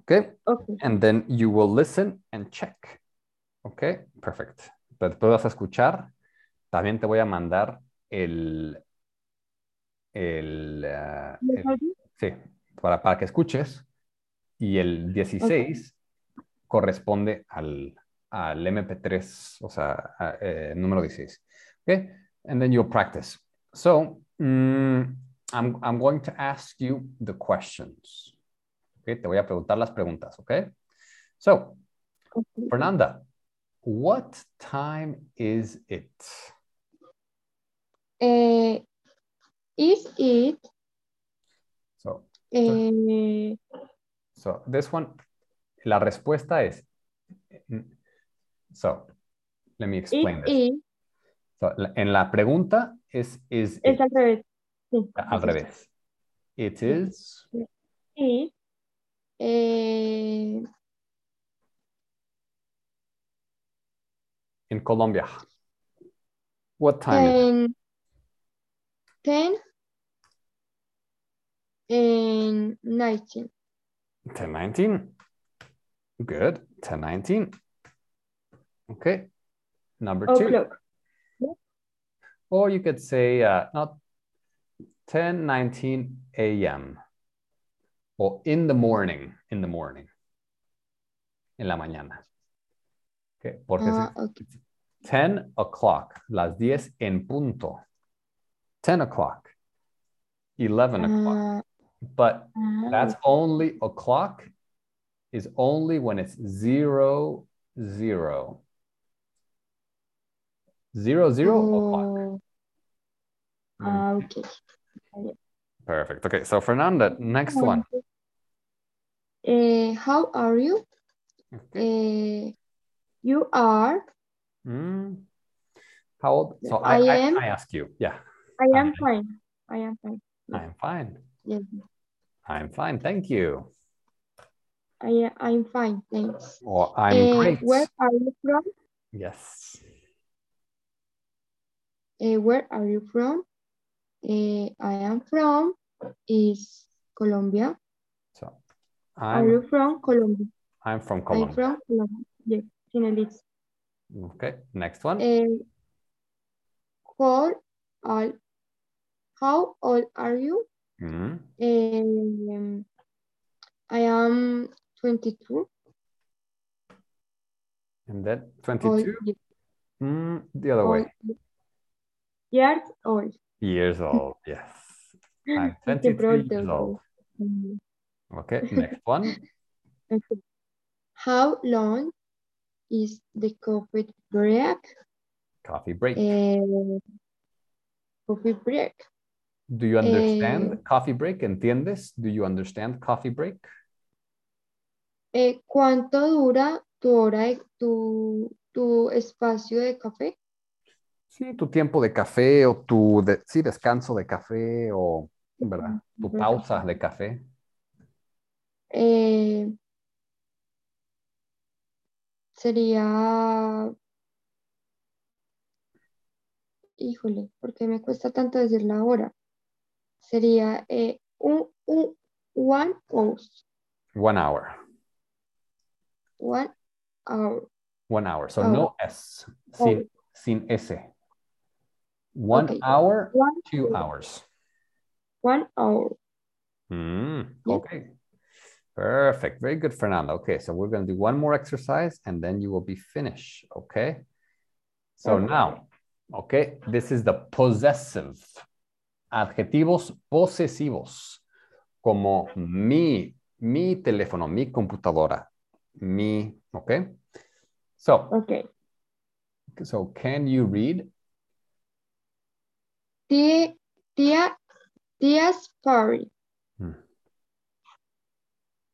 S1: Okay?
S2: Okay.
S1: And then you will listen and check. Okay? Perfect. Pero Después vas a escuchar. También te voy a mandar el, el, eh, el- Sí, para, para que escuches. Y el 16 corresponde al, al MP3, o sea, a- eh, número 16. Okay? And then you'll practice. So, mm, I'm, I'm going to ask you the questions. Okay, te voy a preguntar las preguntas, okay? So, Fernanda, what time is it?
S2: Eh, is it
S1: So,
S2: eh,
S1: so this one, la respuesta es. So, let me explain
S2: is
S1: this.
S2: it
S1: So, la- en la pregunta es is
S2: es
S1: it,
S2: al revés. Sí,
S1: al
S2: es
S1: revés. It is
S2: it, eh,
S1: in Colombia. What time is it?
S2: ten, ten and nineteen.
S1: 1019. Good. 1019. Okay. Number two.
S2: O'clock.
S1: Or you could say uh, not 1019 a.m. or in the morning. In the morning. En la mañana. Okay. Porque si-
S2: Ah, okay.
S1: 10 o'clock. Las 10 en punto. 10 o'clock. 11 o'clock.
S2: Ah,
S1: But
S2: ah,
S1: That's only o'clock is only when it's zero zero. Zero zero o'clock.
S2: oh,
S1: Mm,
S2: ah, okay.
S1: Perfect. Okay, so Fernanda, next one.
S2: Eh, how are you?
S1: Okay.
S2: Eh, you are.
S1: Mm. How old? So I,
S2: I
S1: I,
S2: am-
S1: I ask you. Yeah,
S2: I am
S1: Okay.
S2: fine. I am fine.
S1: I am fine.
S2: Yes,
S1: I am fine. Thank you.
S2: I I'm fine. Thanks.
S1: Or I'm
S2: Eh,
S1: great.
S2: Where are you from?
S1: Yes.
S2: Eh, where are you from? Eh, I am from is Colombia.
S1: So
S2: Are
S1: I'm
S2: you from Colombia?
S1: I'm from
S2: I'm
S1: Colombia.
S2: from Colombia. Yes, finalist.
S1: Okay. Next one.
S2: Eh, how old, how old are you?
S1: Mm.
S2: Um, I am 22.
S1: And then
S2: Old,
S1: 22. Mm, the other way.
S2: old- years old.
S1: years old. Yes. I'm
S2: Qué
S1: 23 years
S2: pronto.
S1: old.
S2: Mm,
S1: Okay, next one.
S2: okay. How long is the coffee break?
S1: Coffee break.
S2: Eh, coffee break.
S1: Do you understand coffee break? ¿Entiendes? Do you understand coffee break?
S2: Eh, ¿cuánto dura tu hora, de- tu, tu espacio de café?
S1: Sí, tu tiempo de café o tu de- sí, descanso de café o ¿verdad? tu
S2: Ujú.
S1: pausa de café.
S2: Eh, sería... Híjole, ¿por qué me cuesta tanto decir la hora? Sería eh, un, un- one hour.
S1: One hour.
S2: One hour.
S1: One hour.
S2: Ah,
S1: So no S. Sin, sin S. One
S2: Ok.
S1: hour,
S2: One,
S1: two hours.
S2: one hour.
S1: Mm,
S2: Yeah.
S1: okay. Perfect. Very good, Fernanda. Okay, so we're going to do one more exercise and then you will be finished. Okay. So
S2: Okay.
S1: now, okay, this is the possessive. Adjetivos posesivos. Como mi, mi teléfono, mi computadora, mi. Okay. So,
S2: Okay.
S1: so can you read?
S2: Tía, tía, tía's party.
S1: Hmm.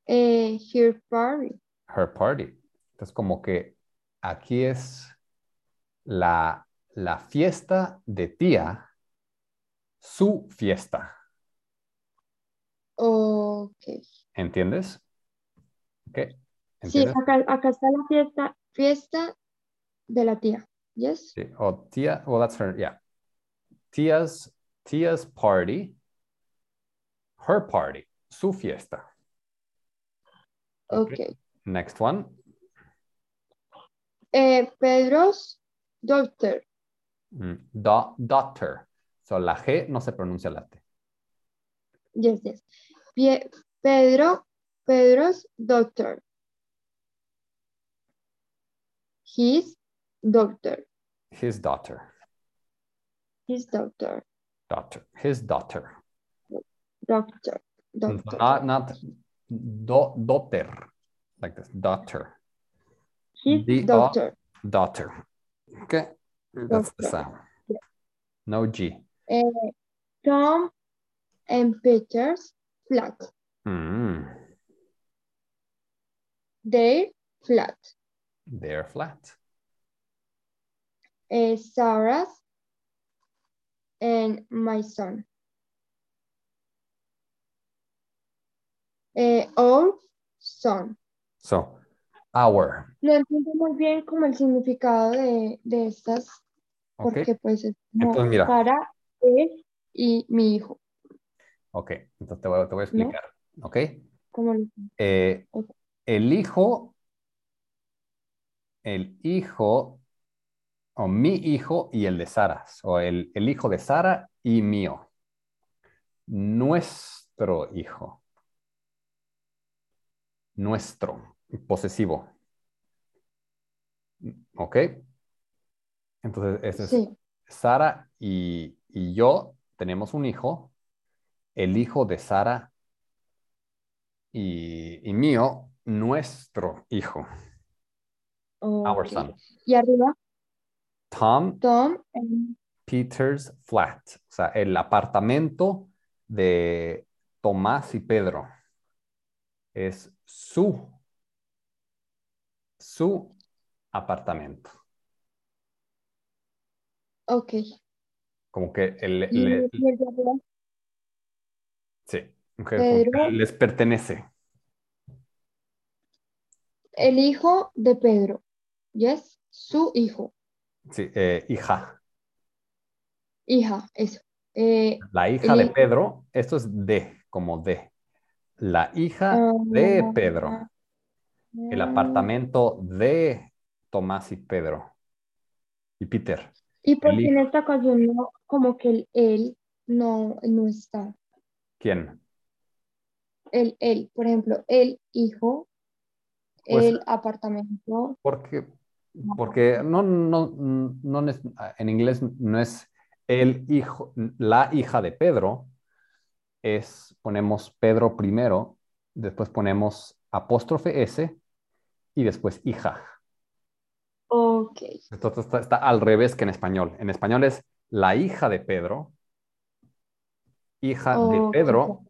S2: Eh, her party.
S1: her party. Entonces, como que aquí es la, la fiesta de tía, su fiesta,
S2: Okay.
S1: ¿entiendes? ¿Ok?
S2: Sí,
S1: ¿Entiendes?
S2: acá, acá está la fiesta, fiesta de la tía. Yes.
S1: Sí. O tía, well, that's her, yeah. Tía's, tía's party, her party, su fiesta. Ok.
S2: Okay.
S1: Next one.
S2: Eh, Pedro's daughter.
S1: Mm, do- daughter. So, la G no se pronuncia la T.
S2: Yes, yes. Pie- Pedro, Pedro's daughter. His daughter.
S1: His daughter.
S2: His daughter.
S1: Daughter. His daughter.
S2: doctor,
S1: N-
S2: doctor.
S1: Not not do, daughter, like this. Daughter,
S2: His
S1: the-
S2: doctor.
S1: daughter. Okay, that's the
S2: Doctor.
S1: sound. No G.
S2: Eh, Tom and Peter's flat.
S1: Mm,
S2: Their flat.
S1: they're flat.
S2: Eh, Sarah's and my son. Eh, our son.
S1: So, our.
S2: No entiendo muy bien como el significado de, de estas,
S1: Okay.
S2: porque pues es como
S1: Entonces mira.
S2: para él y mi hijo.
S1: Ok, entonces te voy, a- te voy a
S2: ¿No?
S1: explicar. Ok.
S2: Como lo-
S1: Eh,
S2: Ok.
S1: el hijo, el hijo, o mi hijo y el de Sara, o el, el hijo de Sara y mío. Nuestro hijo. Nuestro, posesivo. Ok. Entonces, ese Este es,
S2: sí,
S1: Sara y, y yo tenemos un hijo. El hijo de Sara y, y mío, nuestro hijo, our
S2: ok.
S1: son.
S2: Y arriba,
S1: Tom
S2: Tom and
S1: Peter's flat, o sea, el apartamento de Tomás y Pedro. Es su, su apartamento.
S2: ok.
S1: Como que el,
S2: Y,
S1: le-
S2: y el de arriba,
S1: sí, como que- como que
S2: Pedro.
S1: les pertenece.
S2: el hijo de Pedro. Yes, su hijo,
S1: Sí, eh, hija.
S2: hija, eso. Eh,
S1: La hija de
S2: Y-
S1: Pedro, esto es de, como de. La hija de
S2: ah,
S1: Pedro, el apartamento de Tomás y Pedro. Y Peter,
S2: ah, Y porque
S1: hijo.
S2: en esta ocasión no- como que el él no, no está.
S1: ¿quién?
S2: El él, por ejemplo, el hijo,
S1: Pues-
S2: el apartamento.
S1: Porque, porque no, no, no, no es- en inglés no es el hijo, la hija de Pedro, es, ponemos Pedro primero, después ponemos apóstrofe S y después hija.
S2: Ok,
S1: Entonces está, está al revés que en español. En español es la hija de Pedro, hija de
S2: Oh,
S1: Pedro.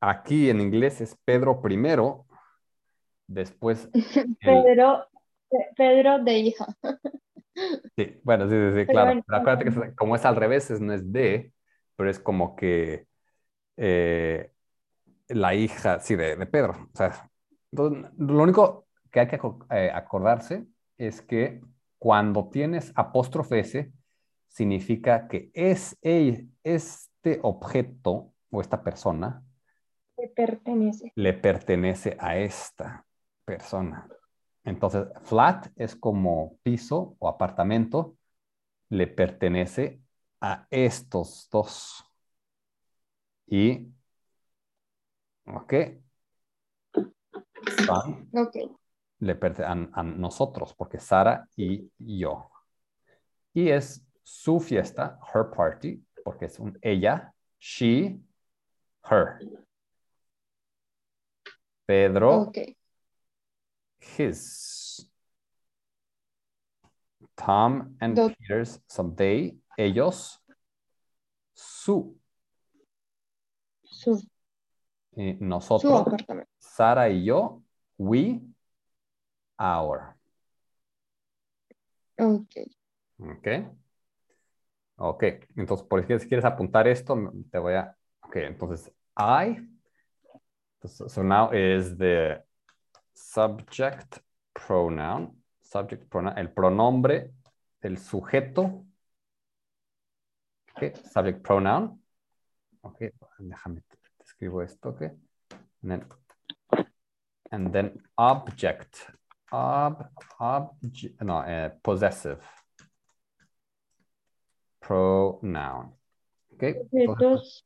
S1: Aquí en inglés es Pedro primero, después el-
S2: Pedro, Pe- Pedro de hija.
S1: sí, bueno, sí, sí, sí, claro.
S2: bueno,
S1: Pero acuérdate que es- como es al revés, es- no es de, pero es como que eh, la hija, sí, de, de Pedro. O sea, entonces, lo único que hay que aco- eh, acordarse es que cuando tienes apóstrofe S, significa que es el- este objeto o esta persona
S2: que pertenece.
S1: le pertenece a esta persona. Entonces, flat es como piso o apartamento, le pertenece a estos dos. Y, ok, son,
S2: Ok,
S1: le pertenece a, a nosotros, porque Sara y yo. Y es su fiesta, her party, porque es un ella, she, her. Pedro,
S2: ok.
S1: his. Tom and
S2: Dot-
S1: Peter's, so they, ellos, su,
S2: Su,
S1: eh,
S2: su
S1: nosotros,
S2: apartamento.
S1: Sara y yo, we, our.
S2: Ok,
S1: Ok. Ok, entonces, por ejemplo, si quieres apuntar esto, m- te voy a. Ok, entonces, I. So, so now is the subject pronoun. Subject pronoun, el pronombre, el sujeto. Ok, subject pronoun. Ok, déjame, te te escribo esto, ok. And then, and then object. Ob, obje- no, eh, possessive pronoun. ¿Ok? Entonces,
S2: objetos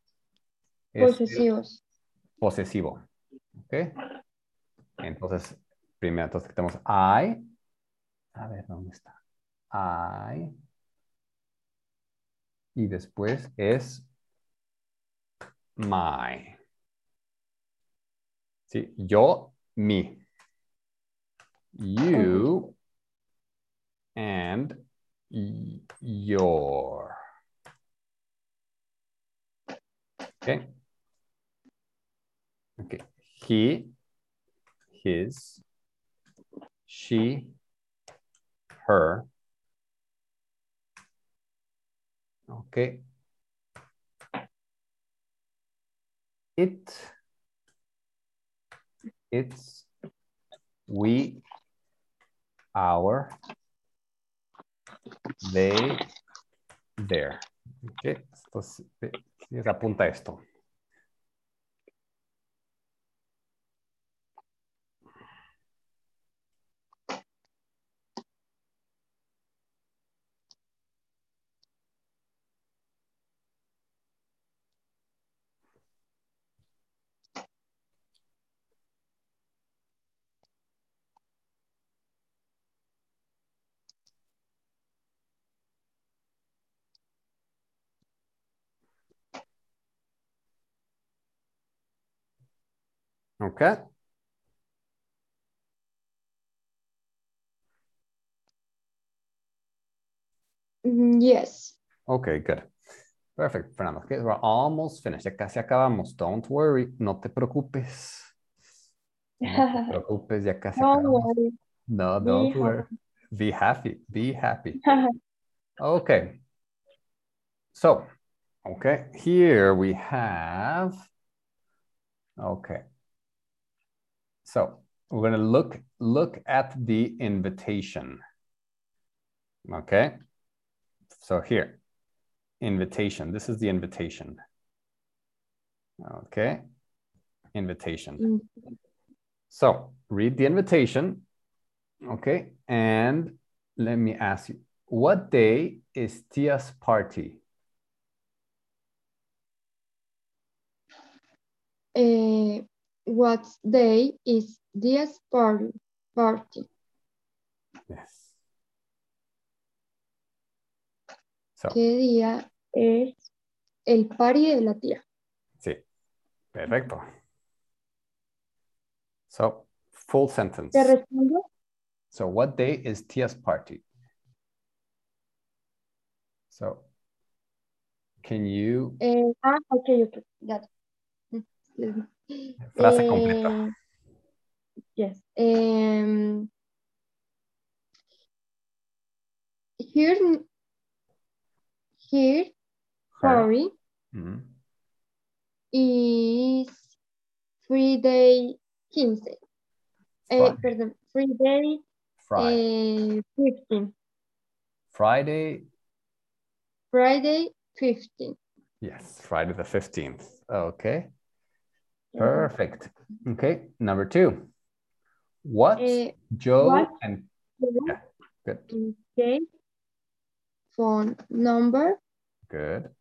S1: es
S2: posesivos.
S1: posesivo. ¿Ok? Entonces, primero, entonces tenemos I. A ver, ¿dónde está? I. Y después es my. Sí, yo, me. You and y- your. Okay. Okay. He, his, she, her. Okay. It, it's, we, our, they, there. Okay. Esto sí- sí, sí, apunta esto. Okay.
S2: Mm, Yes.
S1: Okay, good. Perfect, Fernando. Okay, we're almost finished. Ya casi acabamos. Don't worry. No te preocupes. No te preocupes. Ya casi
S2: Don't
S1: acabamos.
S2: worry.
S1: No, don't
S2: happy.
S1: worry. Be happy. Be happy. Okay. So, okay, here we have. Okay. So we're gonna look look at the invitation. Okay. So here, invitation. This is the invitation. Okay. Invitation.
S2: Mm,
S1: So read the invitation. Okay. And let me ask you what day is Tia's party?
S2: eh, what day is this party? Party.
S1: Yes. So,
S2: ¿Qué día es el party de la tía?
S1: sí. Perfecto. So, full sentence.
S2: ¿Te respondo?
S1: So, what day is Tia's party? So, can you.
S2: Eh, ah, ok, ok, got it. Mm, excuse me.
S1: Frase completa.
S2: Eh, yes. em, here, here,
S1: Her.
S2: sorry,
S1: Mhm.
S2: is Friday 15. Eh,
S1: Friday.
S2: perdón, Friday
S1: Friday.
S2: eh, 15.
S1: Friday
S2: Friday 15.
S1: Yes, Friday the 15th. Okay, perfect. Okay, number two. What
S2: Eh,
S1: Joe
S2: what?
S1: and
S2: Phone
S1: good,
S2: in case, phone number,
S1: good,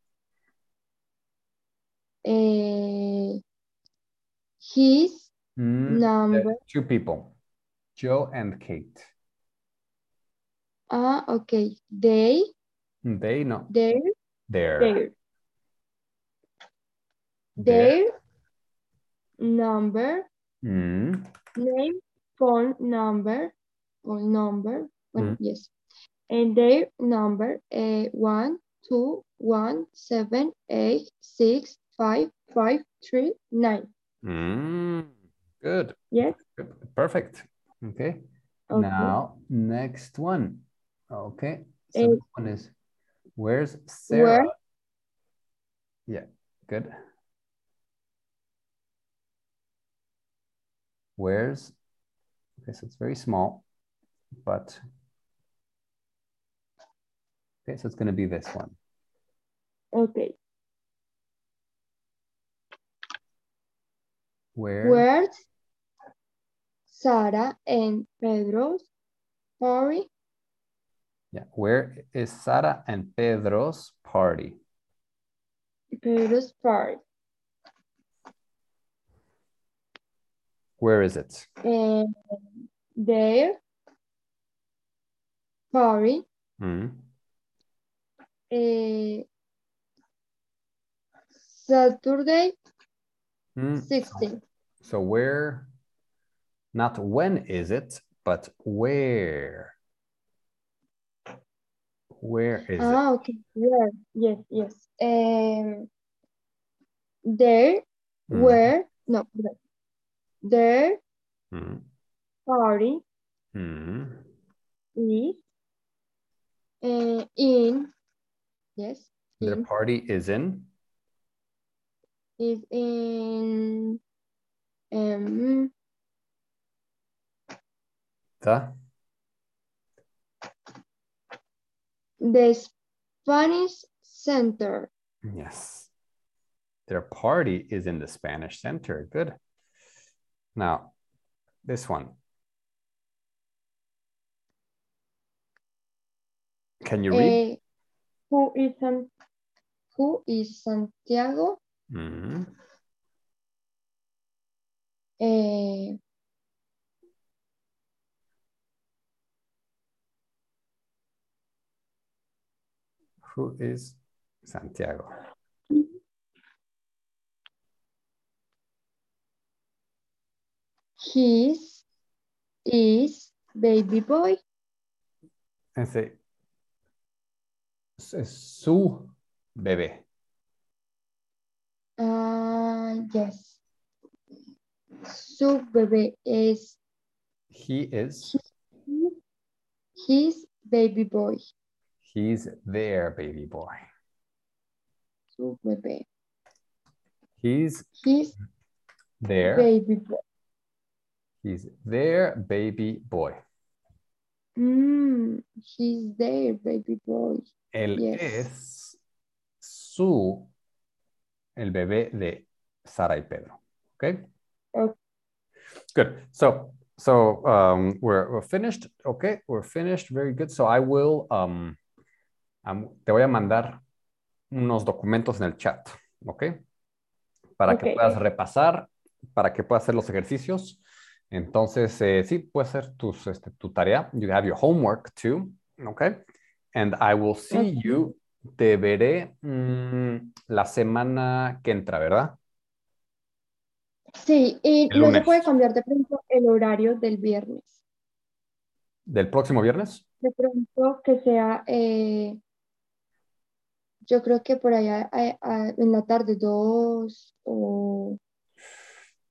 S2: eh, his
S1: Mm, the
S2: number.
S1: two people, Joe and Kate.
S2: Ah, okay. They,
S1: They no,
S2: their,
S1: their,
S2: their,
S1: their-
S2: their number,
S1: Mm,
S2: name, phone number, phone number. Well, yes. And their number, eh, one, two, one, seven, eight, six, five, five, three, nine.
S1: mm, good,
S2: Yes.
S1: good, perfect. Okay.
S2: Okay.
S1: Now next one. Okay. So
S2: Eh,
S1: this one is where's Sarah? Yeah, good. Where's okay, so it's very small, but okay, so it's gonna be this one.
S2: Okay.
S1: Where
S2: Where's Sara and Pedro's party?
S1: yeah, where is Sara and Pedro's party?
S2: Pedro's party.
S1: Where is it?
S2: And their party
S1: Hmm.
S2: eh, Saturday,
S1: Hmm,
S2: 16.
S1: So where, not when is it, but where? Where is it?
S2: Ah, okay. Yeah, yes, yes. Um, there
S1: Hmm,
S2: were, no, there- their
S1: hmm,
S2: party
S1: hmm.
S2: is uh, in, yes,
S1: Their
S2: in,
S1: party is in.
S2: is in, um,
S1: The
S2: the Spanish Center.
S1: yes. Their party is in the Spanish Center. Good. Now, this one. Can you read?
S2: Eh, who is San- who is Santiago?
S1: Mhm.
S2: Eh,
S1: Who is Santiago?
S2: his is baby boy.
S1: Ese es- es su bebé.
S2: Ah, yes. Su bebé es
S1: He is
S2: his baby boy.
S1: he's their baby boy.
S2: Su bebé.
S1: He's
S2: His
S1: their
S2: baby boy.
S1: he's their baby boy.
S2: Mm, he's there, baby boy.
S1: Él
S2: Yes.
S1: es su el bebé de Sara y Pedro. Okay?
S2: Ok.
S1: Good. So so um we're we're finished. Okay, we're finished. Very good. So I will um am- te voy a mandar unos documentos en el chat, ¿ok? Para que
S2: Ok.
S1: puedas repasar, para que puedas hacer los ejercicios. Entonces, eh, sí, puedes hacer tus, este, tu tarea. You have your homework too, ¿ok? And I will see
S2: Ok.
S1: you. Te veré mm, la semana que entra, ¿verdad?
S2: Sí, y
S1: El
S2: no se
S1: lunes.
S2: puede cambiar de pronto el horario del viernes.
S1: ¿Del próximo viernes?
S2: De pronto que sea, eh, yo creo que por allá a- a- en la tarde dos o...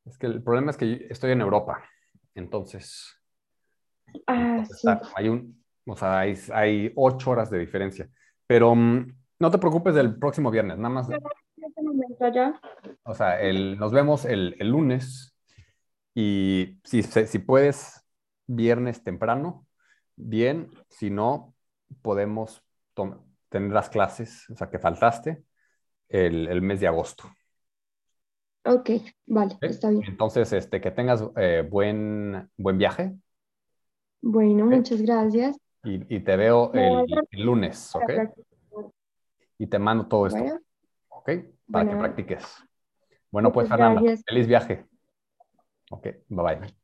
S1: Es que el problema es que yo estoy en Europa. Entonces,
S2: Ah,
S1: Entonces,
S2: sí.
S1: está- hay un, o sea, hay, hay ocho horas de diferencia. Pero mm, no te preocupes del próximo viernes, nada más,
S2: En este momento allá.
S1: o sea, el- nos vemos el, el lunes y si, se- si puedes, viernes temprano, bien, si no, podemos tom- tener las clases, o sea, que faltaste el, el mes de agosto.
S2: Ok, vale,
S1: ¿ok?
S2: está bien.
S1: Entonces, este, que tengas eh, buen, buen viaje
S2: Bueno,
S1: Ok.
S2: muchas gracias.
S1: y, y te veo
S2: Me
S1: el,
S2: vas a-
S1: el lunes,
S2: para
S1: ¿ok?
S2: practicar.
S1: Y te mando todo esto.
S2: Bueno,
S1: ¿ok? Para que
S2: Bueno.
S1: practiques. Bueno, pues
S2: Muchas
S1: Fernanda,
S2: gracias.
S1: feliz viaje. Ok, bye bye.